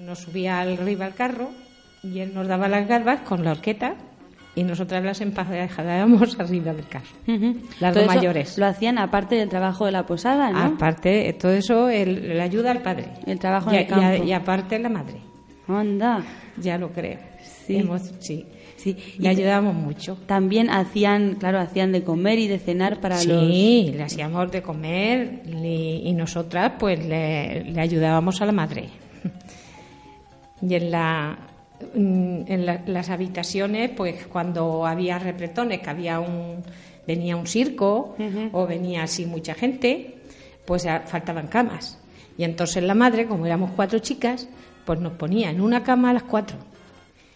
nos subía al arriba al carro y él nos daba las garbas con la horqueta y nosotras las empajábamos arriba del carro. Las dos Todo eso mayores. Lo hacían aparte del trabajo de la posada, Ah, ¿no? Aparte, eh, todo eso, el- la ayuda al padre. El trabajo y, en el a- y a- campo. y aparte la madre, Anda. ya lo creo. Sí. Hemos- sí. Sí. Y ayudábamos mucho. También hacían, claro, hacían de comer y de cenar para los... Sí, le hacíamos de comer y, y nosotras pues le, le ayudábamos a la madre. Y en, la, mm, en la- las habitaciones, pues cuando había repretones, que había un, venía un circo o venía así mucha gente, pues a- faltaban camas. Y entonces la madre, como éramos cuatro chicas, pues nos ponía en una cama a las cuatro.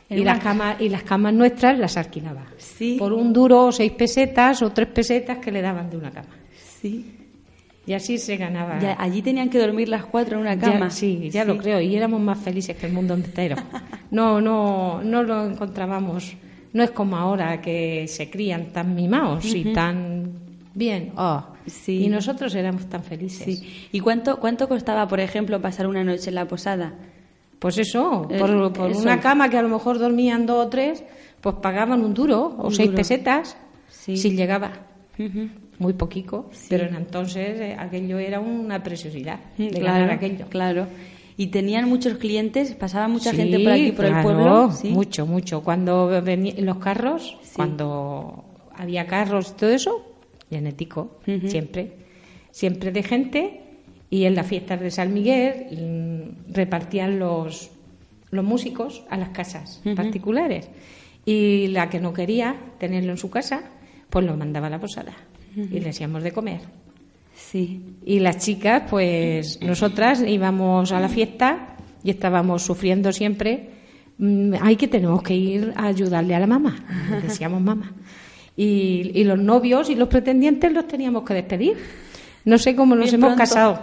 En Y una las, camas, y las camas nuestras las alquilaba. Sí. Por un duro o seis pesetas o tres pesetas que le daban de una cama. Sí. Y así se ganaba. Ya, allí tenían que dormir las cuatro en una cama. Ya- sí, ya lo creo. Y éramos más felices que el mundo entero. No, no, no lo encontrábamos. No es como ahora que se crían tan mimados y tan bien. Oh, Sí. Y nosotros éramos tan felices. Sí. ¿Y cuánto, cuánto costaba, por ejemplo, pasar una noche en la posada? Pues eso, Eh, por, por eso. una cama que a lo mejor dormían dos o tres, pues pagaban un duro o Un seis duro. pesetas Sí. si llegaba. Ujú. muy poquito, pero en entonces eh, aquello era una preciosidad de ganar aquello. claro. ¿Y tenían muchos clientes? ¿Pasaba mucha Sí, gente por aquí, por el claro, pueblo? Sí. Mucho, mucho. Cuando venían los carros, Sí. cuando había carros y todo eso, genetico, Ujú. siempre. Siempre de gente y en las fiestas de San Miguel mm, repartían los, los músicos a las casas Ujú. particulares. Y la que no quería tenerlo en su casa, pues lo mandaba a la posada y le hacíamos de comer. Sí. Y las chicas, pues nosotras íbamos a la fiesta y estábamos sufriendo siempre. mm, Ay, que tenemos que ir a ayudarle a la mamá. Le Decíamos mamá. Y, y los novios y los pretendientes los teníamos que despedir. No sé cómo nos Bien hemos pronto. casado.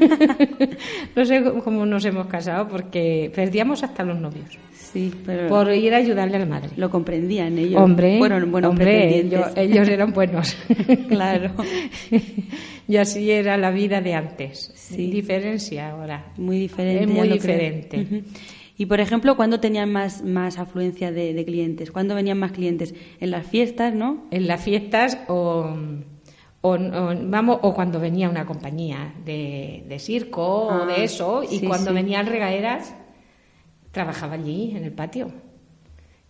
no sé cómo nos hemos casado porque perdíamos hasta los novios Sí, pero por ir a ayudarle a la madre. lo comprendían ellos. Hombre, Fueron buenos hombre eh, ellos, pretendientes. ellos eran buenos. Claro. y así era la vida de antes. Sí. Diferencia ahora. Muy diferente. Es ya muy lo creo. diferente. Ujú. Y, por ejemplo, ¿cuándo tenían más, más afluencia de, de clientes? ¿Cuándo venían más clientes? En las fiestas, ¿no? En las fiestas o, o- o- vamos, o cuando venía una compañía de, de circo Ah, o de eso, y sí, cuando sí. venían regaeras, trabajaba allí, en el patio.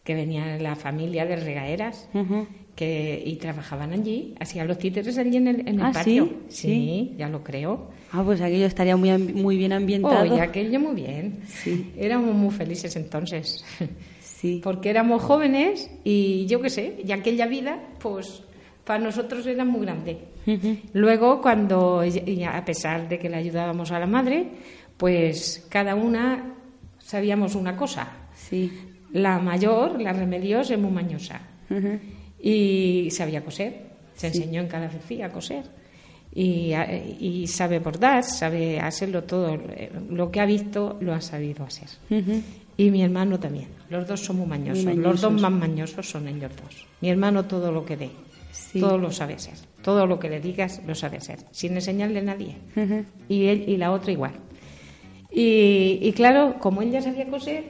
Que venía la familia de regaeras. Ujú. que y trabajaban allí, hacían los títeres allí en el, en el Ah, patio. ¿sí? ya lo creo. Ah, pues aquello estaría muy, ambi- muy bien ambientado. Oh, y aquello muy bien. Sí. Éramos muy felices entonces, Sí. porque éramos jóvenes y yo qué sé, y aquella vida, pues para nosotros era muy grande. Ujú. Luego, cuando, y a pesar de que le ayudábamos a la madre, pues cada una sabíamos una cosa. Sí. La mayor, la remedios, es muy mañosa. Ujú. y sabía coser. Se Sí. enseñó en Calafifí a coser. Y, a- y sabe bordar, sabe hacerlo todo. Lo que ha visto lo ha sabido hacer. Ujú. Y mi hermano también. Los dos son muy mañosos. Muy Los dos mañosos. más mañosos son ellos dos. Mi hermano todo lo que dé, Sí. todo lo sabe hacer. Todo lo que le digas lo sabe hacer, sin enseñarle a nadie. Ujú. Y él y la otra igual. Y, y claro, como él ya sabía coser,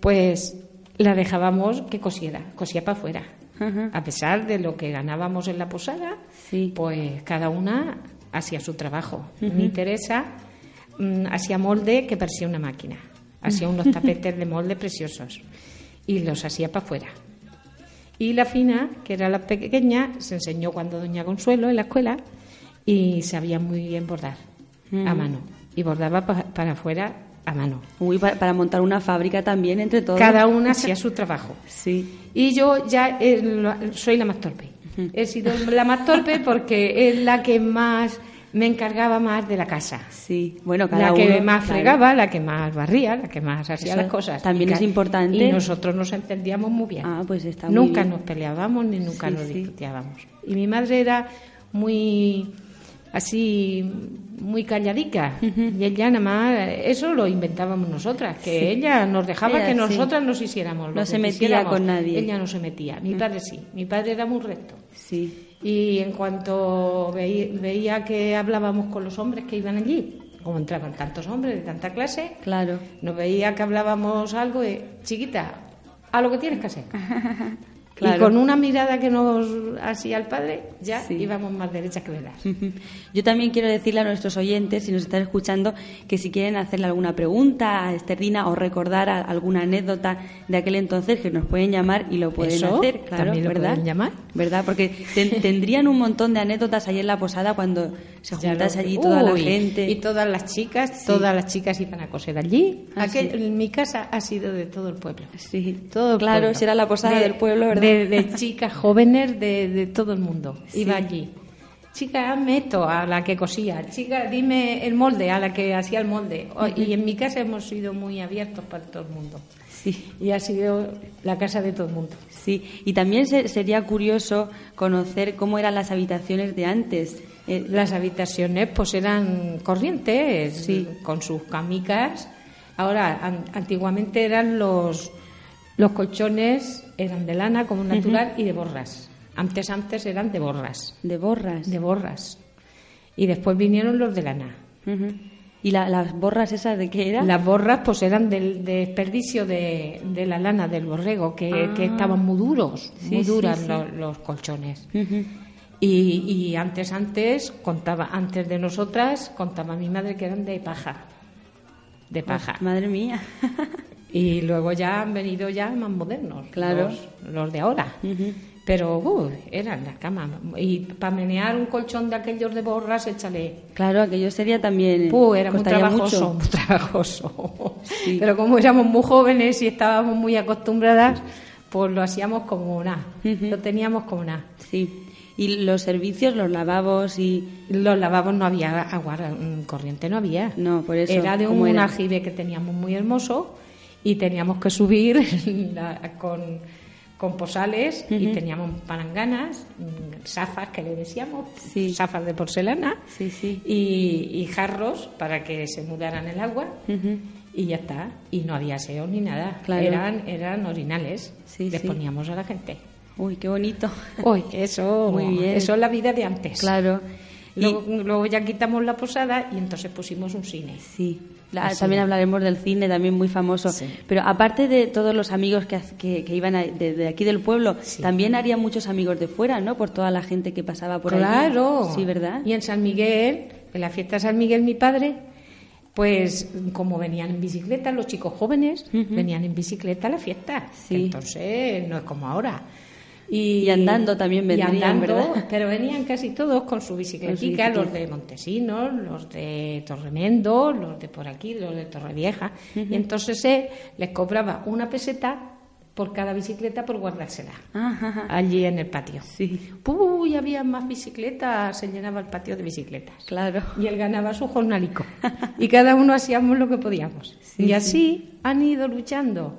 pues la dejábamos que cosiera, cosía para afuera. Ujú. A pesar de lo que ganábamos en la posada, Sí. pues cada una hacía su trabajo. Mi Teresa mm, hacía molde que parecía una máquina. Hacía unos tapetes de molde preciosos y los hacía para afuera. Y la fina, que era la pequeña, se enseñó cuando Doña Consuelo en la escuela y sabía muy bien bordar a mano. Y bordaba pa- para afuera a mano. Uy, pa- para, montar una fábrica también entre todos. Cada una hacía su trabajo. Sí. Y yo ya eh, lo- soy la más torpe. He sido la más torpe porque es la que más me encargaba más de la casa. Sí. Bueno, cada La que uno, más claro. fregaba, la que más barría, la que más hacía Eso las cosas. también Y es ca- importante. Y nosotros nos entendíamos muy bien. Ah, pues está muy Nunca bien. nos peleábamos ni nunca Sí, nos sí. discutíamos. Y mi madre era muy así muy calladica y ella nada más eso lo inventábamos nosotras que ella nos dejaba Ella, que sí. nosotras nos hiciéramos lo No que se metía quisiéramos. con nadie. Mm. ella no se metía mi padre sí mi padre era muy recto Sí. y en cuanto veí- veía, que hablábamos con los hombres que iban allí, como entraban tantos hombres de tanta clase, Claro. nos veía que hablábamos algo de chiquita, a lo que tienes que hacer. Claro. Y con una mirada que nos hacía el padre, ya Sí. íbamos más derechas que velas. Ujú. Yo también quiero decirle a nuestros oyentes, si nos están escuchando, que si quieren hacerle alguna pregunta a Esterdina o recordar a- alguna anécdota de aquel entonces, que nos pueden llamar y lo pueden Eso, hacer, claro, también lo ¿verdad? pueden llamar. ¿Verdad? Porque ten- tendrían un montón de anécdotas allí en la posada cuando se Ya juntase lo- allí toda la Uy, gente. Y todas las chicas, todas las chicas iban a coser allí. Ah, Aquel- sí. Mi casa ha sido de todo el pueblo. Sí, Todo el claro, pueblo. si era la posada De- del pueblo, ¿verdad? De, de chicas jóvenes de, de todo el mundo. Sí. Iba allí. Chica, meto a la que cosía. Chica, dime el molde, a la que hacía el molde. O- Y en mi casa hemos sido muy abiertos para todo el mundo. sí. Y ha sido la casa de todo el mundo. Sí, y también se- sería curioso conocer cómo eran las habitaciones de antes. Eh, Las habitaciones pues eran corrientes, Sí. con sus camicas. Ahora, an- antiguamente eran los, los colchones, eran de lana como natural y de borras. Antes, antes eran de borras, de borras. de borras. Y después vinieron los de lana. Ujú. ¿Y la- las borras esas de qué era? Las borras pues eran del de desperdicio de, de la lana del borrego, que, que estaban muy duros, Ah. Sí, muy sí, duras sí. Los, los colchones. Ujú. Y, y antes, antes, contaba, antes de nosotras, contaba mi madre que eran de paja. De paja. Madre mía. Y luego ya han venido ya más modernos. Claro. Los, los de ahora. Ujú. Pero, uh, eran las camas. Y para menear un colchón de aquellos de borras, échale. Claro, aquello sería también. Uh, era muy costaría trabajoso, mucho. muy trabajoso. Sí. Pero como éramos muy jóvenes y estábamos muy acostumbradas, pues lo hacíamos como nada. Ujú. Lo teníamos como nada. Sí. Y los servicios, los lavabos y. Los lavabos no había agua mm, corriente, no había. No, por eso, Era de ¿cómo un era? aljibe que teníamos muy hermoso y teníamos que subir la- con, con posales y teníamos palanganas, mm, zafas que le decíamos, Sí. zafas de porcelana Sí, sí. y, y jarros para que se mudaran el agua Ujú. y ya está. Y no había aseo ni nada. Claro. Eran, eran orinales. Sí, Les sí. poníamos a la gente. Uy, qué bonito. Uy, eso, Muy bien. eso es la vida de antes. Claro. Y- Luego, luego ya quitamos la posada y entonces pusimos un cine. Sí. La- Así. también hablaremos del cine, también muy famoso. Sí. Pero aparte de todos los amigos que, haz- que, que iban a- de, de aquí del pueblo, Sí. también haría muchos amigos de fuera, ¿no? Por toda la gente que pasaba por allí. claro. Sí, ¿verdad? Y en San Miguel, en la fiesta de San Miguel, mi padre, pues como venían en bicicleta, los chicos jóvenes Ujú. venían en bicicleta a la fiesta. Sí. Entonces, no es como ahora. Y, Y andando también y vendrían, andando, ¿verdad? Pero venían casi todos con su bicicletica, Con su los de Montesinos, los de Torremendo, los de por aquí, los de Torrevieja. Y entonces él les cobraba una peseta por cada bicicleta por guardársela Ajá, ajá. allí en el patio. Sí, Uy, había más bicicletas, se llenaba el patio de bicicletas. claro. Y él ganaba su jornalico. Y cada uno hacíamos lo que podíamos. Sí, y así han ido luchando.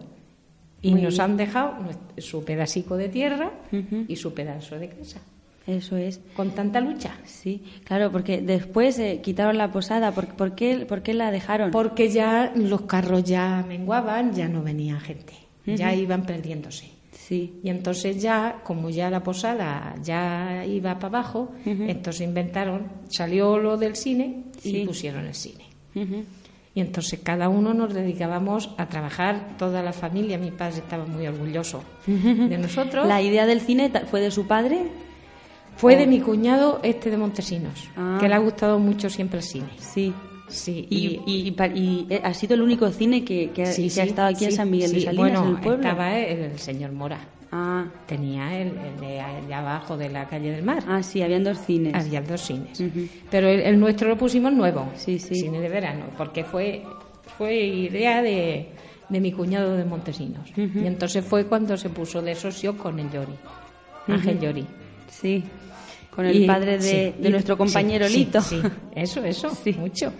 Y Muy nos bien. han dejado nues- su pedacico de tierra Ujú. y su pedazo de casa. Eso es. Con tanta lucha. Sí, claro, porque después eh, quitaron la posada. ¿Por, por qué, ¿Por qué la dejaron? Porque ya los carros ya menguaban, ya no venía gente. Ya Ujú. iban perdiéndose. Sí, Y entonces ya, como ya la posada ya iba para abajo, Ujú. entonces inventaron, salió lo del cine y Sí. pusieron el cine. Ujú. Y entonces cada uno nos dedicábamos a trabajar, toda la familia, mi padre estaba muy orgulloso de nosotros. ¿La idea del cine ta- fue de su padre? Fue de mi cuñado este de Montesinos, Ah. que le ha gustado mucho siempre el cine. Sí. Sí, Y, y- y pa- y, eh, ha sido el único cine que, que ha, sí, que sí, ha estado aquí en sí, San Miguel de sí. Salinas, bueno, en el pueblo. estaba el, el señor Mora, Ah, tenía el, el de, el de abajo de la calle del mar. ah, sí, habían dos cines. Había dos cines. Ujú. Pero el, el nuestro lo pusimos nuevo, Sí, sí. cine de verano, porque fue, fue idea de, de mi cuñado de Montesinos. Y entonces fue cuando se puso de socio con el Llori, Ángel Llori. Sí, con el Y- padre de, sí, de y- nuestro compañero sí, sí, Lito. Sí, eso, eso, Sí. mucho.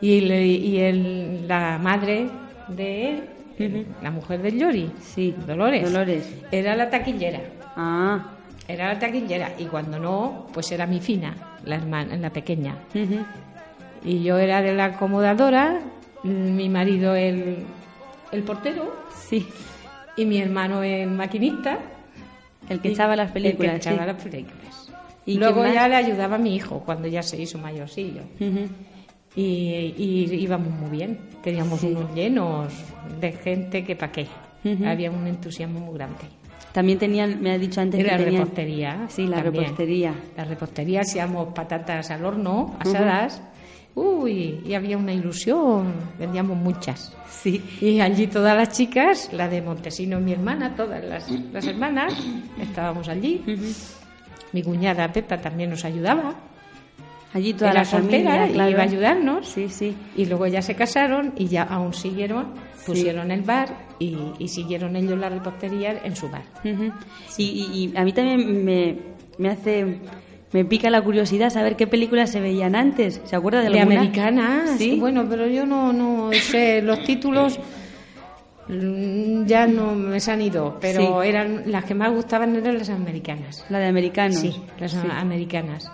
Y, le- y el- la madre de él, la mujer del Llori, Sí, Dolores, Dolores. era la taquillera. Ah, Era la taquillera y cuando no, pues era mi fina, la hermana, la pequeña. ujú. Y yo era de la acomodadora, mm, mi marido el, el portero sí, y mi hermano el maquinista. el que Y- echaba las el películas. que sí. echaba las películas. ¿Y Y luego quién más? ya le ayudaba a mi hijo cuando ya se hizo mayorcillo. Ujú. y, y íbamos muy bien. Teníamos Sí. unos llenos de gente que pa' qué. Ujú. Había un entusiasmo muy grande. También tenían, me ha dicho antes Y que la tenían... repostería. Sí, la también. repostería. La repostería hacíamos patatas al horno, asadas. Uy, y había una ilusión, vendíamos muchas. Sí. Y allí todas las chicas, la de Montesino y mi hermana, todas las, las hermanas, estábamos allí. Mi cuñada Pepa también nos ayudaba. Allí toda Era la soltera ¿eh? familia, y claro. iba a ayudarnos. Sí, sí. Y luego ya se casaron y ya aún siguieron, Sí. pusieron el bar y, y siguieron ellos la repostería en su bar. Ujú. Y, y- y a mí también me, me hace... Me pica la curiosidad saber qué películas se veían antes. ¿Se acuerda de De alguna? americanas, Sí. bueno, pero yo no, no sé, los títulos mm, ya no me se han ido, pero Sí. eran las que más gustaban eran las americanas. La de americanos. Sí, las Sí. americanas.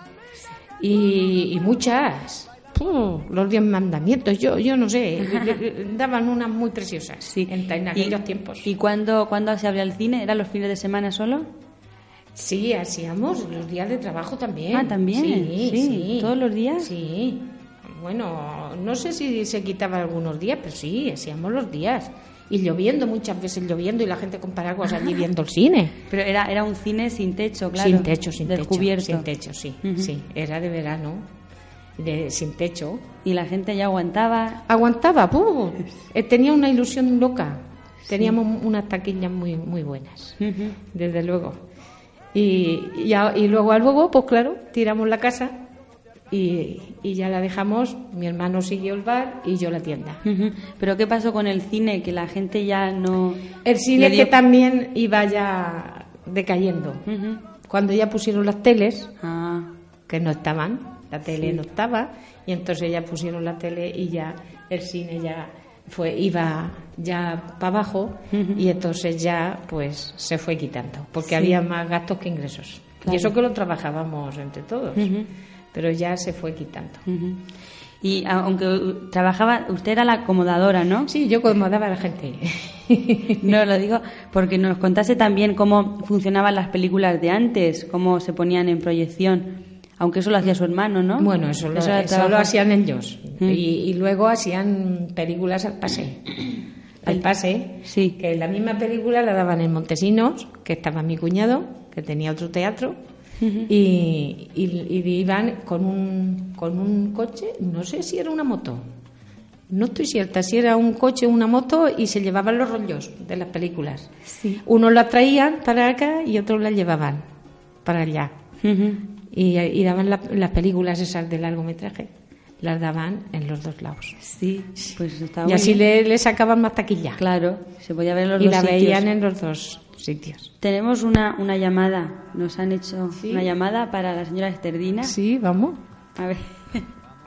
Y, y muchas. Puh, los diez mandamientos, yo, yo no sé, le- le- daban unas muy preciosas Sí. en, en aquellos tiempos. ¿Y cuándo, cuándo se abría el cine? ¿Eran los fines de semana solo? Sí, hacíamos los días de trabajo también. Ah, también, Sí, sí. sí. ¿Todos los días? Sí. Bueno, no sé si se quitaba algunos días, pero sí, hacíamos los días. Y lloviendo, muchas veces lloviendo y la gente con paraguas allí viendo el cine. Pero era, era un cine sin techo, claro. sin techo, sin descubierto. techo. Sin techo, sí. Ujú. Sí, era de verano, de, sin techo. Y la gente ya aguantaba. Aguantaba, ¡puh! Eh, tenía una ilusión loca. Teníamos unas taquillas muy, muy buenas. Ujú. desde luego. Y, y, a- y luego a luego, pues claro, tiramos la casa y, y ya la dejamos. Mi hermano siguió el bar y yo la tienda. Ujú. Pero ¿qué pasó con el cine? Que la gente ya no... El cine le que dio- también iba ya decayendo. Ujú. Cuando ya pusieron las teles, Ah, que no estaban, la tele no estaba, y entonces ya pusieron la tele y ya el cine ya fue iba ya para abajo y entonces ya pues se fue quitando, porque había más gastos que ingresos. Claro. Y eso que lo trabajábamos entre todos, pero ya se fue quitando. ujú. Y a- aunque u- trabajaba, usted era la acomodadora, ¿no? Sí, yo acomodaba a la gente. No, lo digo porque nos contase también cómo funcionaban las películas de antes, cómo se ponían en proyección. Aunque eso lo hacía su hermano, ¿no? Bueno, eso lo, era eso trabajo- lo hacían ellos. Y, y luego hacían películas al pase. Al pase. Sí. Que la misma película la daban en Montesinos, que estaba mi cuñado, que tenía otro teatro. Y, y- y iban con un, con un coche, no sé si era una moto, no estoy cierta si era un coche o una moto y se llevaban los rollos de las películas. Sí. Unos las traían para acá y otros las llevaban para allá. Ujú. Y, y daban la- las películas esas de largometraje, las daban en los dos lados. Sí, pues estaba Y muy así bien. le, le sacaban más taquilla. Claro, se podía ver en los y dos la sitios. veían en los dos sitios. Tenemos una, una llamada, nos han hecho Sí. una llamada para la señora Esterdina. Sí, vamos. A ver.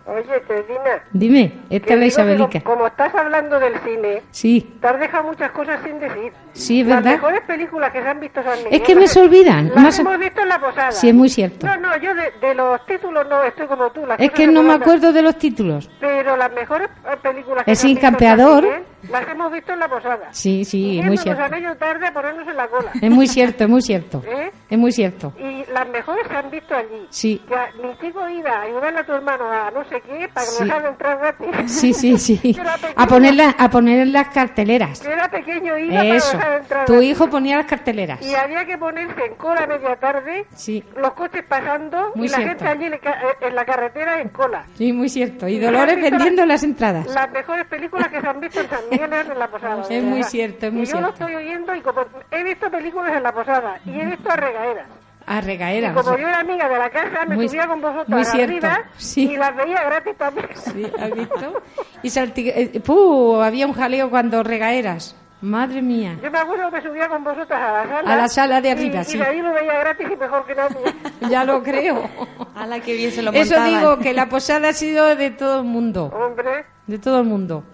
Oye, Cristina, Dime, esta que es la digo que Isabelica. como, como estás hablando del cine, Sí, te has dejado muchas cosas sin decir. Sí, es Las verdad. mejores películas que se han visto son Es que me se olvidan, Las más o- hemos visto en la posada. Sí, es muy cierto. No, no, yo de, de los títulos no estoy como tú. las es cosas que se no me me van a- acuerdo de los títulos. Pero las mejores eh, películas que El se han sin visto en campeador. cine, las hemos visto en la posada. Sí, sí, es muy Yéndonos a cierto. medio tarde a ponernos en la cola. Es muy cierto, es muy cierto. pues, ¿Eh? Es muy cierto. Y las mejores se han visto allí. Sí. Ya, mi chico iba a ayudarle a tu hermano a no sé qué para que Sí. nos hagan entrar gratis. Sí, sí, sí. Pero pequeño. A ponerlas a poner en las carteleras. Yo era pequeño, iba Eso. para dejar entrar. Tu hijo ponía las carteleras. Y había que ponerse en cola a media tarde, Sí. los coches pasando Muy y la cierto. gente allí en la ca- eh, en la carretera en cola. Sí, muy cierto. Y Y Dolores has visto vendiendo la- las entradas. Las mejores películas que se han visto en San Miguel eran en la posada. de Es muy verdad. cierto, es muy y Yo lo cierto. estoy oyendo y como he visto películas en la posada y he visto a regaderas. A regaera. Y como yo era amiga de la casa, me Muy- subía con muy vosotros cierto, arriba sí. y las veía gratis también. Sí, ¿has visto? Y salti- eh, ¡puh! Había un jaleo cuando regaeras. Madre mía. Yo me acuerdo que me subía con vosotras a la sala. A la sala de y- arriba, y, sí. de ahí lo veía gratis y mejor que nadie. Ya lo creo. A la que bien se lo Eso montaban. digo, que la posada ha sido de todo el mundo. Hombre. De todo el mundo.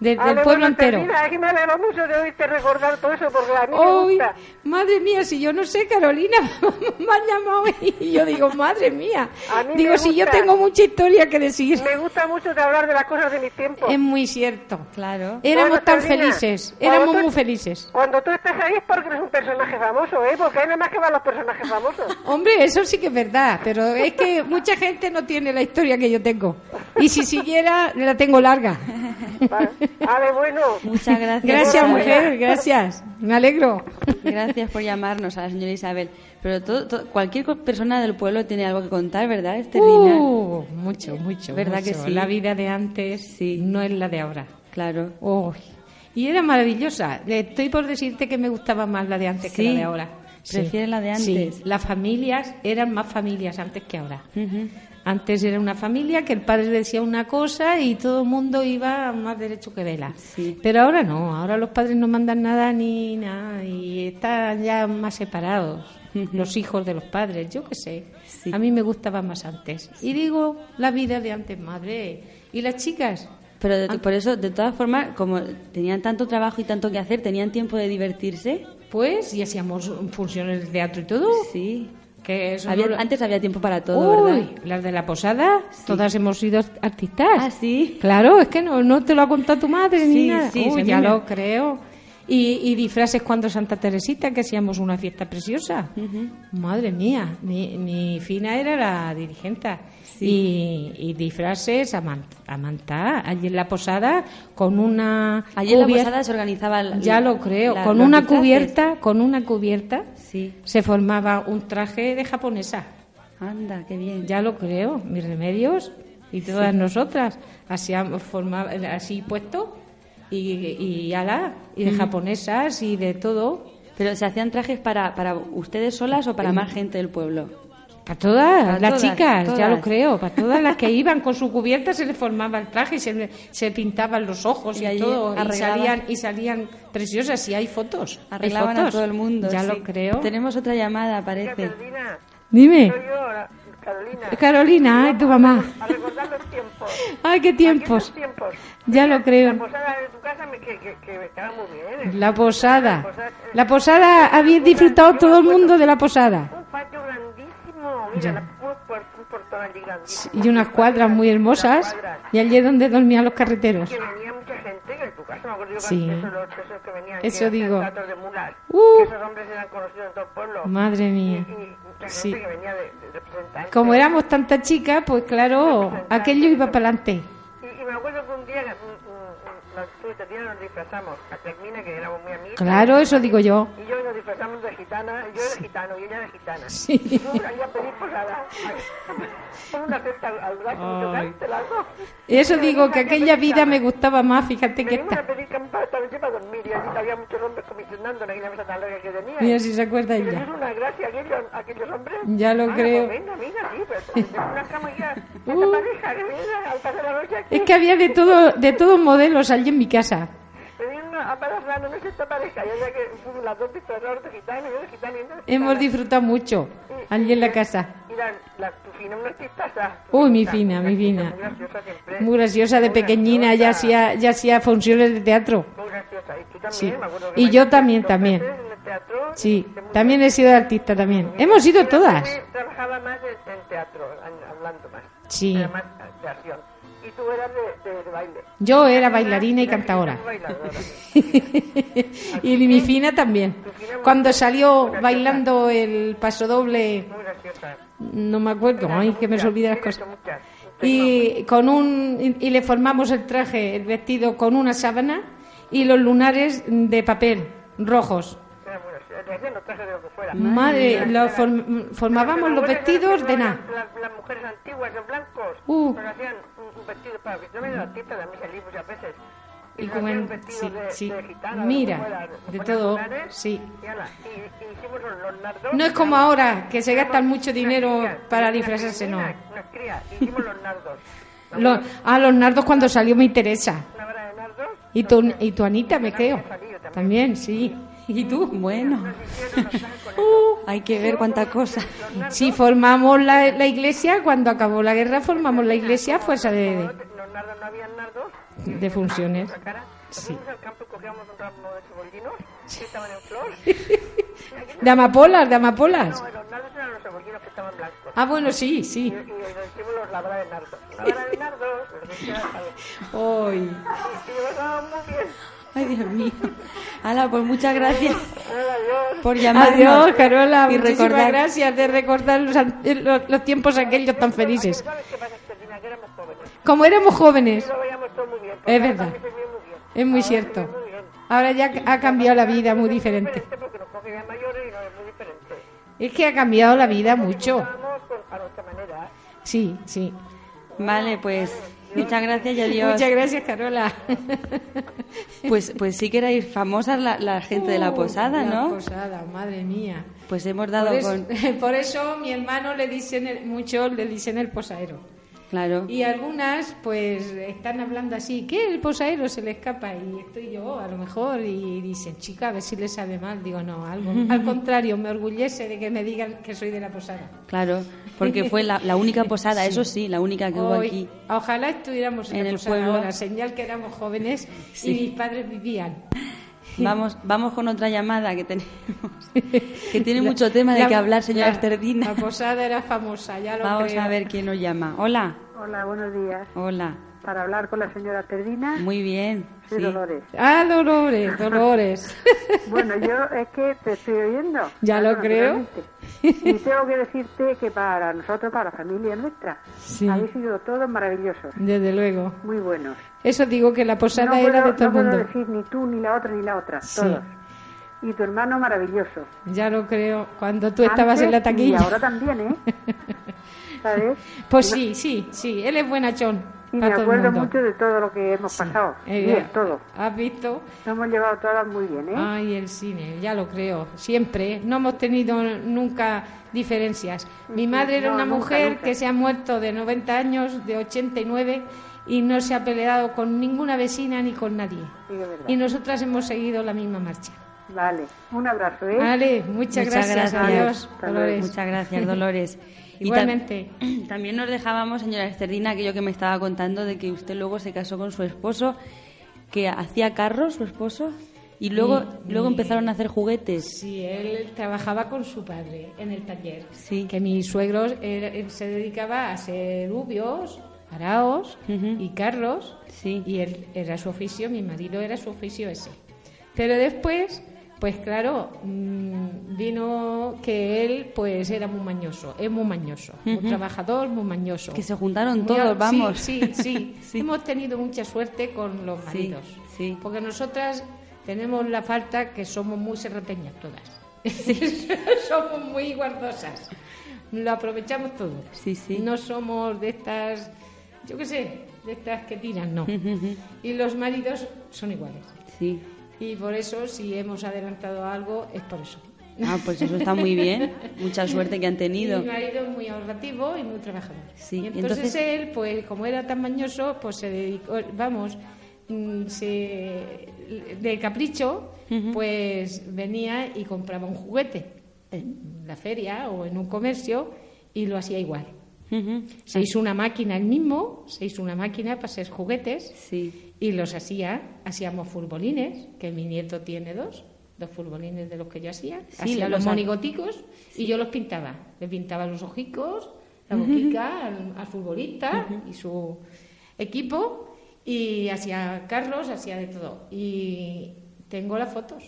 De- Ale, del pueblo bueno, entero. Termina, es que me alegro mucho de oírte recordar todo eso porque a mí me Hoy, gusta. madre mía, si yo no sé, Carolina, me han llamado y yo digo, madre mía. A mí me Digo, si yo gusta. tengo mucha historia que decir. Me gusta mucho de hablar de las cosas de mis tiempos. Es muy cierto. Claro. Em, Éramos Bueno, tan Carolina, felices, cuando éramos tú- muy felices. Cuando tú estás ahí es porque eres un personaje famoso, ¿eh? Porque hay nada más que van los personajes famosos. Hombre, eso sí que es verdad, pero es que mucha gente no tiene la historia que yo tengo. Y si siguiera, la tengo larga. Vale. Vale, bueno. Muchas gracias. Gracias, Isabel. mujer, gracias. Me alegro. Gracias por llamarnos a la señora Isabel. Pero todo, todo- cualquier co- persona del pueblo tiene algo que contar, ¿verdad, Esterlina? Uh, mucho, mucho. ¿Verdad que mucho. sí? La vida de antes no es la de ahora. Claro. Uy, Y era maravillosa. Estoy por decirte que me gustaba más la de antes que Sí. la de ahora. ¿Prefieres la de antes? Sí. Las familias eran más familias antes que ahora. Ujú. Antes era una familia que el padre decía una cosa y todo el mundo iba más derecho que vela. Sí. Pero ahora no, ahora los padres no mandan nada ni nada y están ya más separados Ujú. los hijos de los padres, yo qué sé. Sí. A mí me gustaba más antes. Y digo, la vida de antes, madre. ¿Y las chicas? Pero de- por eso, de todas formas, como tenían tanto trabajo y tanto que hacer, ¿tenían tiempo de divertirse? Pues, y hacíamos funciones de teatro y todo. Sí. Que eso Había- no lo- Antes había tiempo para todo, Uy, ¿verdad? las de la posada, todas hemos sido artistas. Ah, sí. Claro, es que no, no te lo ha contado tu madre ni Sí, nada. sí, Uy, se ya mira. lo creo. Y, y disfraces cuando Santa Teresita, que hacíamos una fiesta preciosa. Madre mía, mi, mi fina era la dirigente. Y, y disfraces a, man- a manta, allí en la posada, con una. Ayer en la cubier- posada se organizaba... la- Ya lo creo, la- con los una disfraces. cubierta, con una cubierta, Sí. se formaba un traje de japonesa. Anda, qué bien. Ya lo creo, mis remedios y todas nosotras. Así, am- forma- así puesto y, y ala, y de japonesas y de todo. Pero se hacían trajes para, para ustedes solas o para más gente del pueblo. Para todas Para las todas, chicas, ya todas. lo creo. Para todas las que iban con su cubierta se les formaba el traje y se, le- se pintaban los ojos Y y, allí todo. Y arreglaban- salían, y salían preciosas y hay fotos. hay Arreglaban a fotos. todo el mundo. Ya sí. lo creo. Tenemos otra llamada, parece. Carolina, Dime, soy yo, la- Carolina. Carolina, ay, tu mamá. A recordar los tiempos. Ay, qué Aquellos tiempos. tiempos. Ya lo creo. La posada de tu casa me- que, que, que estaba muy bien. ¿eh? La posada. La posada, habéis disfrutado todo el mundo de la posada. Un patio grandísimo. Mira, Ya. la, un, puerto, un portón allí grandísimo. Y unas cuadras muy hermosas. Cuadras. Y allí es donde dormían los carreteros. Que venía mucha gente que en tu casa, me acuerdo yo Sí. que esos los esos que venían. Eso que hacían digo. tratos de mulas. Uh. que esos hombres eran conocidos en todo el pueblo. Madre Y, mía. y mucha gente Sí. que venía de, de representantes. Como éramos tanta chica, pues claro, aquello iba para adelante. Y, y me acuerdo que un día, mm, mm, mm, la- tú y Tatiana nos disfrazamos. A Termina, que éramos muy amigas. Claro, eso digo yo. Y yo nos disfrazamos de gitana, yo era gitano y ella era gitana. Sí. Y fuimos allí a pedir posada. Con una cesta al, al brazo y tocante las dos. Eso digo que aquella vida me gustaba más, fíjate que Venimos a esta. pedir campa esta noche para dormir y allí había muchos hombres comisionando en aquella mesa tan larga que tenía. Mira si se acuerda Y les ella. hizo una gracia a aquellos, a aquellos hombres. Ya lo Ah, creo. pues venga, mira, sí, pero tenemos una cama ya. Esta Uh. pareja que viene al pasar la noche aquí. Es que había de todo, de todos modelos allí en mi casa. Vinieron a pasar la noche esta pareja. Y allá que fuimos las dos disfrazadas de gitano, yo de gitano y ella de Hemos gitana. disfrutado mucho Mm. allí en la casa. Y la, la, tu fina, una artistaza. Uy, mi fina, mi fina. Muy graciosa siempre. Muy graciosa de Muy pequeñina, ya graciosa. hacía, ya hacía funciones de teatro. Muy graciosa. Y tú también, Sí. me acuerdo que Y yo bailaste también, dos también. veces en el teatro. Sí, Hiciste muy también bien. he sido artista también. Hemos sido Yo todas. siempre Trabajaba más en, en teatro, en- hablando más. Sí. Era más de acción. Y tú eras de, de, de baile. Yo era bailarina y Era cantadora. bailadora. y mi fina también. Cuando salió bailando el paso doble, Muy graciosa. no me acuerdo, ay, que me se olvidan las cosas. Muchas. Y con un y le formamos el traje, el vestido con una sábana y los lunares de papel rojos. Era muy graciosa. Le hacían los trajes de lo que fuera. Madre, lo form- formábamos los vestidos de nada. Las, las mujeres antiguas, los blancos, Uh. nos hacían un, un vestido para que yo me la tinta también salí muchas veces. Y nos como hacían en- un vestido sí, de, sí. de gitana, Mira, como era, de ponían todo, lunares, sí. Y, ala, y- y hicimos los, los nardos. No es como ahora, que se gastan Éramos mucho unas dinero crías, para unas disfrazarse, no. crías, unas crías, y hicimos los nardos. Los, a los nardos cuando salió me interesa. Una vara de nardos. Y nos- tu, y tu Anita, me Anita creo. salió también. También, sí. ¿Y tú? Bueno, nos hicieron los trajes con Uh. hay que ver cuánta cosa. Si formamos la, la iglesia, cuando acabó la guerra, formamos la iglesia a fuerza de, el- Los nardos no habían nardos. de funciones. la cara. Nos Sí. fuimos al campo y cogíamos un ramo de cebollinos que estaban en flor. De amapolas, de amapolas. No, los nardos eran los cebollinos que estaban blancos. Ah, bueno, sí, Y, sí. y nos hicimos los labra de nardos. Labra de nardos. nos hicieron al- Hoy. Y lo pasábamos muy bien. Ay, Dios mío. Hala, pues muchas gracias Hola, adiós. por llamarnos. Adiós, Carola. Y Muchísimas recordar- gracias de recordar los, an- los- los eh, tiempos aquellos tan felices. ¿Sabes qué pasa, Cristina? Que éramos jóvenes. como éramos jóvenes. lo veíamos todo muy bien. Es verdad. también se vive muy bien. Es muy Ahora se cierto. vive muy bien. Ahora ya ha cambiado la vida muy diferente. Porque nos cogen ya mayores y no es muy diferente. Es que ha cambiado la vida mucho. Vamos con- a nuestra manera. Sí, sí. Vale, pues muchas gracias y adiós. Muchas gracias, Carola. Pues, pues sí que erais famosas la, la gente de la Uh, posada, la ¿no? posada, madre mía. Pues hemos Por dado eso, con... por eso mi hermano le dicen el- mucho, le dicen el posadero. Claro. Y algunas pues están hablando así, que el posadero se le escapa y estoy yo a lo mejor y dicen, chica, a ver si le sabe mal. Digo, no, algo. al contrario, me orgullece de que me digan que soy de la posada. Claro, porque fue la, la única posada, eso sí, la única que hubo Hoy- aquí. ojalá estuviéramos en, En la el posada pueblo. ahora, señal que éramos jóvenes Sí. y mis padres vivían. Vamos, vamos con otra llamada que tenemos, que tiene mucho tema de La- que hablar, la- señora La Esterdina. posada era famosa, ya lo Vamos creo. a ver quién nos llama. Hola, Hola, buenos días. hola. Para hablar con la señora Terdina, Muy bien. sí. Ah, Dolores, Dolores. Bueno, yo es que te estoy oyendo. Ya lo Claro, creo. naturalmente. Y tengo que decirte que para nosotros, para la familia nuestra, Sí. habéis sido todos maravillosos, Desde luego. muy buenos. Eso digo que la posada no era puedo, de todo el no puedo mundo. decir ni tú, ni la otra, ni la otra, Sí. todos. Y tu hermano maravilloso. Ya lo creo. Cuando tú estabas Antes en la taquilla. Y ahora también, ¿eh? ¿Sabes? Pues sí, sí, sí. Él es buenachón. Y me para todo el acuerdo mundo. mucho de todo lo que hemos pasado. Eh, Bien, todo. ¿Has visto? Lo hemos llevado todas muy bien, ¿eh? Ay, el cine, ya lo creo. Siempre. No hemos tenido nunca diferencias. Mi madre era No, una nunca, mujer nunca. que se ha muerto de 90 años, de 89, y no se ha peleado con ninguna vecina ni con nadie. Sí, de verdad. Y nosotras hemos seguido la misma marcha. Vale. Un abrazo, ¿eh? Vale, muchas, gracias. Adiós, Hasta luego. Dolores. Muchas gracias, Dolores. Y tam- Igualmente. también nos dejábamos, señora Esterdina, aquello que me estaba contando de que usted luego se casó con su esposo, que hacía carros, su esposo, y luego, Y- luego y- empezaron a hacer juguetes. Sí, él trabajaba con su padre en el taller. Sí. Que mi suegro era- él se dedicaba a hacer ubios, araos Ujú. y carros. Sí. Y él era su oficio, mi marido era su oficio ese. Pero después, pues claro, mm, vino que él pues era muy mañoso, es muy mañoso, Ujú. muy trabajador, muy mañoso. Que se juntaron Muy todos, a- sí, vamos. Sí, sí, Sí. Hemos tenido mucha suerte con los maridos. sí. Porque nosotras tenemos la falta que somos muy serrepeñas todas. somos muy guardosas. Lo aprovechamos todo. Sí, sí. No somos de estas, yo qué sé, de estas que tiran, no. y los maridos son iguales. Sí. Y por eso, si hemos adelantado algo, es por eso. Ah, pues eso está muy bien. Mucha suerte que han tenido. Mi marido es muy ahorrativo y muy trabajador. Sí, y entonces, entonces- él, pues como era tan mañoso, pues se dedicó, vamos, mm, se, de capricho, Ujú. pues venía y compraba un juguete en la feria o en un comercio y lo hacía igual. Ujú. Se hizo una máquina él mismo, se hizo una máquina para hacer juguetes Sí. y los hacía, hacíamos futbolines, que mi nieto tiene dos, dos futbolines de los que yo hacía, Sí, hacía los los ha- monigoticos y yo los pintaba, le pintaba los ojicos, la boquica al, al futbolista y su equipo y hacía Carlos, hacía de todo y tengo las fotos.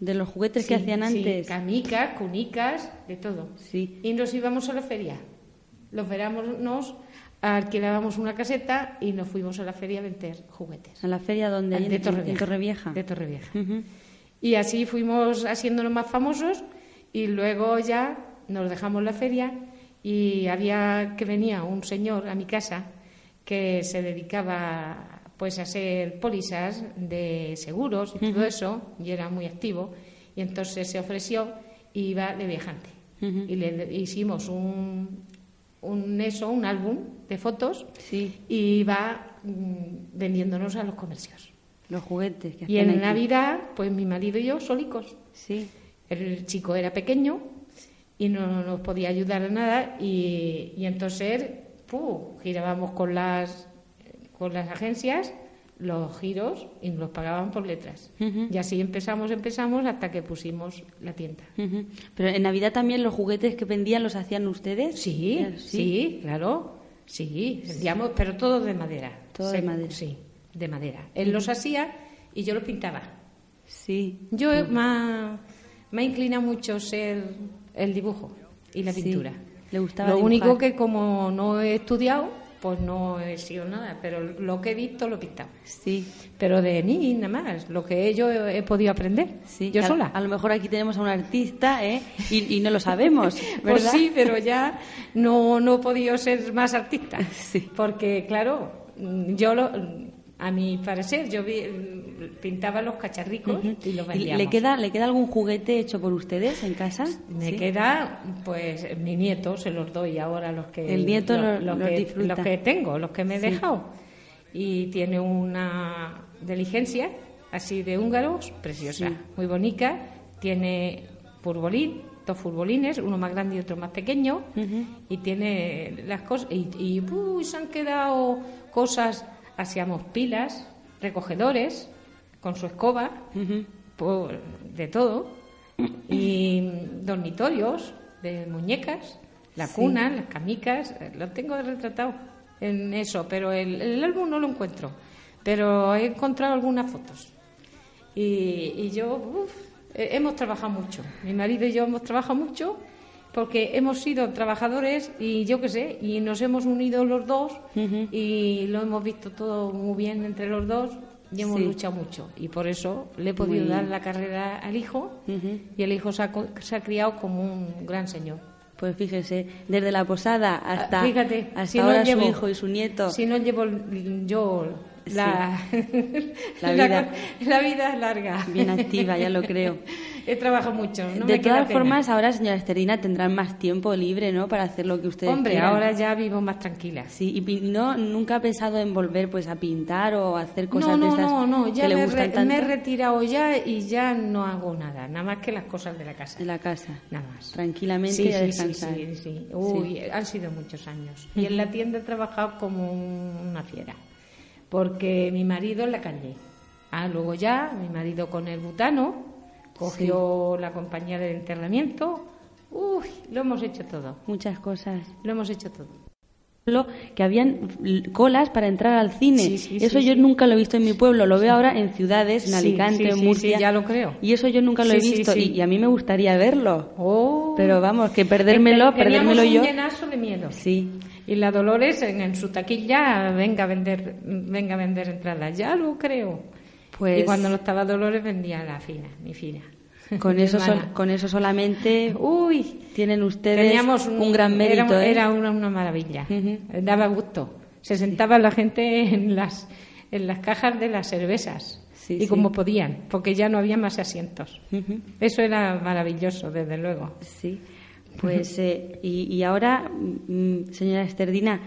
De los juguetes Sí, que hacían sí, antes. camicas, cunicas, de todo. Sí. Y nos íbamos a la feria. Los verámonos, alquilábamos una caseta y nos fuimos a la feria a vender juguetes. A la feria donde hay de en, en Torrevieja. De Torrevieja. Ujú. Y así fuimos haciéndonos más famosos y luego ya nos dejamos la feria y había que venía un señor a mi casa que se dedicaba pues a hacer pólizas de seguros y todo eso y era muy activo y entonces se ofreció y iba de viajante Ujú. y le hicimos un, un eso un álbum de fotos Sí. y iba mm, vendiéndonos a los comercios Los juguetes y que hacían en aquí. Navidad, pues mi marido y yo solicos. Sí. El chico era pequeño y no nos podía ayudar a nada y, y entonces ¡pu! girábamos con las, con las agencias los giros y nos los pagaban por letras. Ujú. Y así empezamos, empezamos hasta que pusimos la tienda. Ujú. Pero en Navidad también los juguetes que vendían los hacían ustedes. Sí, Eh, sí, claro, sí, digamos, pero todo de madera. Todo de madera. Sí, de madera. Él los hacía y yo los pintaba. Sí. Yo me, ha- me inclina mucho ser el dibujo y la Sí, pintura. le gustaba Lo único dibujar. que como no he estudiado, pues no he sido nada, pero lo que he visto lo pintaba. Sí, Pero de mí nada más, lo que yo he, he podido aprender, sí. yo que a- sola. A, lo mejor aquí tenemos a un artista, ¿eh? Y, y no lo sabemos, ¿verdad? Pues sí, pero ya no, no he podido ser más artista. Sí. Porque, claro, mm, yo lo, a mi parecer, yo vi- mm, pintaba los cacharricos Ujú. y los ¿Y vendíamos. ¿Le queda, ¿Le queda algún juguete hecho por ustedes en casa? Me Sí. queda, pues, mi nieto, se los doy ahora los que... El nieto los, lo- los que, disfruta. los que tengo, los que me he Sí. dejado. Y tiene una diligencia, así de húngaros, preciosa, Sí. muy bonita. Tiene furbolín, dos furbolines, uno más grande y otro más pequeño. Ujú. Y tiene las cosas... Y, y, uy, se han quedado cosas, hacíamos pilas, recogedores, con su escoba Ujú. por- de todo y dormitorios de muñecas, la Sí. cuna, las camicas, eh, lo tengo retratado en eso, pero el, el álbum no lo encuentro, pero he encontrado algunas fotos y, y yo uf, eh, hemos trabajado mucho, mi marido y yo hemos trabajado mucho porque hemos sido trabajadores y yo qué sé, y nos hemos unido los dos Ujú. y lo hemos visto todo muy bien entre los dos y hemos Sí. luchado mucho y por eso le he podido Muy dar bien. la carrera al hijo Ujú. y el hijo se ha, co- se ha criado como un gran señor. Pues fíjese, desde la posada hasta, Ah, Fíjate, hasta si no ahora llevo- su hijo y su nieto. Si no llevo l- yo la, La vida. co- la vida es larga. Bien activa, ya lo creo. He trabajado mucho. no de me queda todas pena. formas, ahora, señora Esterina, tendrán más tiempo libre, ¿no? Para hacer lo que ustedes Hombre, quieran. ahora ya vivo más tranquila. Sí, y pi- no, nunca ha pensado en volver pues a pintar o a hacer cosas no, no, de estas no, no, ya que le me, gustan re- tanto me he retirado ya y ya no hago nada, nada más que las cosas de la casa. en la casa. Nada más. Tranquilamente Sí, y a sí, descansar. Sí, sí, sí. Uy, han sido muchos años. Y en la tienda he trabajado como un- una fiera. Porque mi marido en la calle. Ah, luego ya, mi marido con el butano, cogió la compañía de enterramiento. Uy, lo hemos hecho todo. Muchas cosas. Lo hemos hecho todo. pueblo que habían l- colas para entrar al cine. Sí, sí, eso sí, yo sí. nunca lo he visto en mi pueblo, lo veo ahora en ciudades, en Sí, Alicante, sí, en sí, Murcia. sí, ya lo creo. Y eso yo nunca lo he Sí, sí, visto sí. y, y a mí me gustaría verlo. Oh. em- Pero vamos, que perdérmelo, Teníamos perdérmelo yo. un llenazo de miedo. Sí, Y la Dolores en, en su taquilla, venga a vender, venga a vender entradas, ya lo creo. Pues- Y cuando no estaba Dolores vendía la fina, mi fina. con Mi eso sol- hermana. con eso solamente Uy, tienen ustedes teníamos un, gran mérito. Era, ¿eh? era una, una maravilla, Ujú. daba gusto. Se sentaba la gente en las, en las cajas de las cervezas. Sí, y sí. como podían, porque ya no había más asientos. Ujú. Eso era maravilloso, desde luego. Sí, pues eh, y, y ahora, mm, señora Esterdina,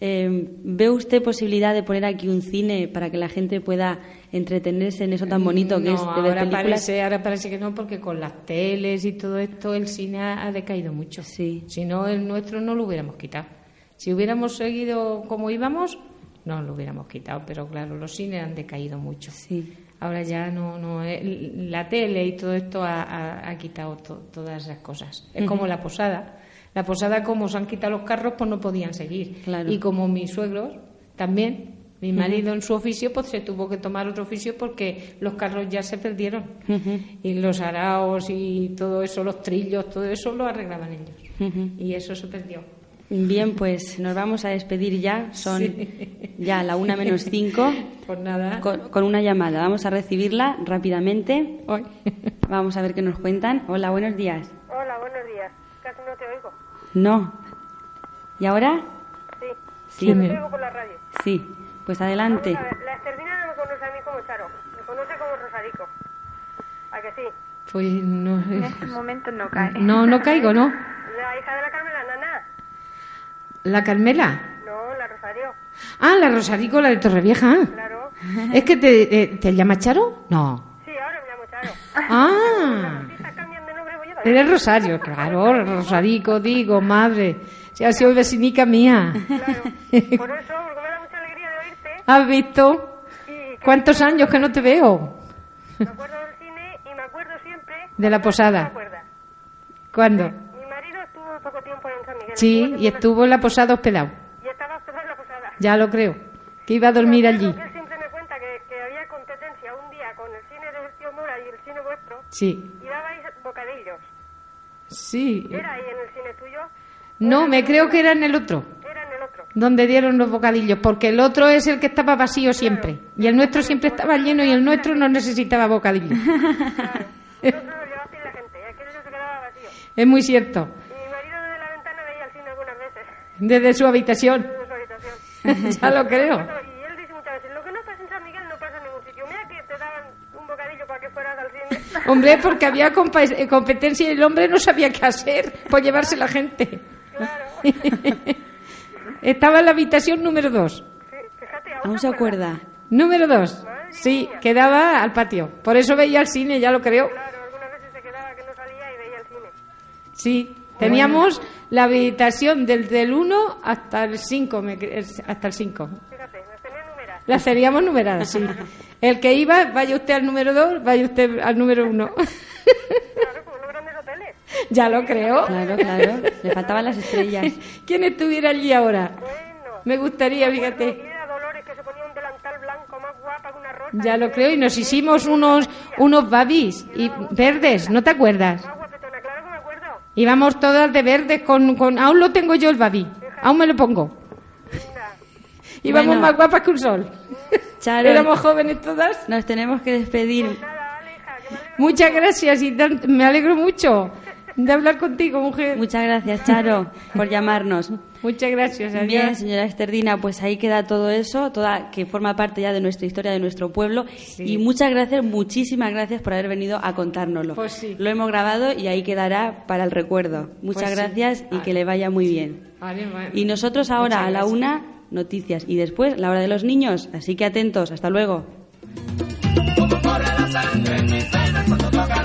eh, ¿ve usted posibilidad de poner aquí un cine para que la gente pueda entretenerse en eso tan bonito que No, es de ver ahora películas? Parece, ahora parece que no, porque con las teles y todo esto el cine ha ha decaído mucho. Sí. Si no, el nuestro no lo hubiéramos quitado. Si hubiéramos seguido como íbamos, no lo hubiéramos quitado, pero claro, los cines han decaído mucho. Sí, Ahora ya no, no el- la tele y todo esto ha, ha- ha quitado to- todas esas cosas. Es como la posada. La posada, como se han quitado los carros, pues no podían seguir. Claro. Y como mis suegros también, mi marido en su oficio, pues se tuvo que tomar otro oficio porque los carros ya se perdieron. Ujú. Y los araos y todo eso, los trillos, todo eso lo arreglaban ellos. Ujú. Y eso se perdió. Bien, pues nos vamos a despedir ya. Son ya la una menos cinco. Pues nada. Con, con una llamada. Vamos a recibirla rápidamente. Hoy. Vamos a ver qué nos cuentan. Hola, buenos días. Hola, buenos días. Casi no te oigo. No. ¿Y ahora? Sí. Sí. Pero ¿Quién te es? oigo por la radio. Sí. Pues Vamos adelante. a ver, la Esterdina no me conoce a mí como Charo. Me conoce como Rosarico. ¿A que sí? Pues no En sé. este momento no cae. No, no caigo, ¿no? La hija de la Carmen, la nana. La Carmela. No, la Rosario. Ah, la Rosarico, la de Torrevieja. Claro. ¿Es que te, eh, te llama Charo? No. Sí, ahora me llamo Charo. Ah, Si estás cambiando de nombre, voy yo. eres Rosario, claro, Rosarico, digo, madre. Si ha sido vecinica mía. Claro. Por eso, porque me da mucha alegría de oírte. ¿Has visto? Y que ¿Cuántos años que no te veo? me acuerdo del cine y me acuerdo siempre. De la posada. ¿Te acuerdas? ¿Cuándo? Mi marido estuvo poco tiempo en San Miguel. Sí, y estuvo. estuvo en la posada hospedado. haciendo una- Y estaba hospedado en la posada. Ya lo creo. Que iba a dormir Me allí. acuerdo que Él siempre me cuenta que, que había competencia un día con el cine de Sergio Mora y el cine vuestro Sí. y dabais bocadillos. Sí. ¿Era ahí en el cine tuyo? No, me creo que era en el otro. Era en el otro. donde dieron los bocadillos, porque el otro es el que estaba vacío siempre. Y el nuestro siempre estaba lleno y el nuestro no necesitaba bocadillo. Claro. Nosotros lo llevaba así la gente, y aquel no se quedaba vacío. Es muy cierto. Y mi marido desde la ventana veía el cine algunas veces, Desde su habitación. desde su habitación. ya lo creo. Bueno, y él dice muchas veces, lo que no pasa en San Miguel no pasa en ningún sitio. Mira que te daban un bocadillo para que fueras al cine. Hombre, porque había compa- eh, competencia y el hombre no sabía qué hacer por llevarse la gente. Claro. Estaba en la habitación número dos. Sí, fíjate, aún, ¿Aún se acuerda? Número dos. Sí, quedaba al patio. Por eso veía el cine, ya lo creo. Claro, algunas veces se quedaba que no salía y veía el cine. Sí, teníamos la habitación desde el 1 hasta el 5, hasta el 5. Fíjate, nos tenía numeradas. Las teníamos numeradas, sí. El que iba, vaya usted al número 2, vaya usted al número 1. Claro, como no grandes hoteles. ya lo creo. Claro, claro. Le faltaban las estrellas. ¿Quién estuviera allí ahora? Bueno. Me gustaría, Y fíjate. era Dolores que se ponía un delantal blanco más guapa que una rosa. Ya Y lo se creo, y veía nos que hicimos era unos, maravilla. unos babis y verdes, ¿no te acuerdas? Más guapetona, claro que me acuerdo. Íbamos todas de verdes con, con... Aún lo tengo yo el babí, aún me lo pongo. Linda. Íbamos Bueno. más guapas que un sol. Charo, Éramos jóvenes todas. nos tenemos que despedir. Nada, Aleja, que me alegro. Muchas gracias y tan- me alegro mucho de hablar contigo, mujer. Muchas gracias, Charo, por llamarnos. Muchas gracias. Adiós. Bien, señora Esterdina, pues ahí queda todo eso, toda que forma parte ya de nuestra historia, de nuestro pueblo. Y muchas gracias, muchísimas gracias por haber venido a contárnoslo. Pues sí. Pues Lo hemos grabado y ahí quedará para el recuerdo. Muchas sí. gracias y que le vaya muy bien. Vale, bueno. Y nosotros ahora Muchas a la gracias. una, noticias. Y después, la hora de los niños. Así que atentos, hasta luego. Como corre la sangre en mis venas cuando toca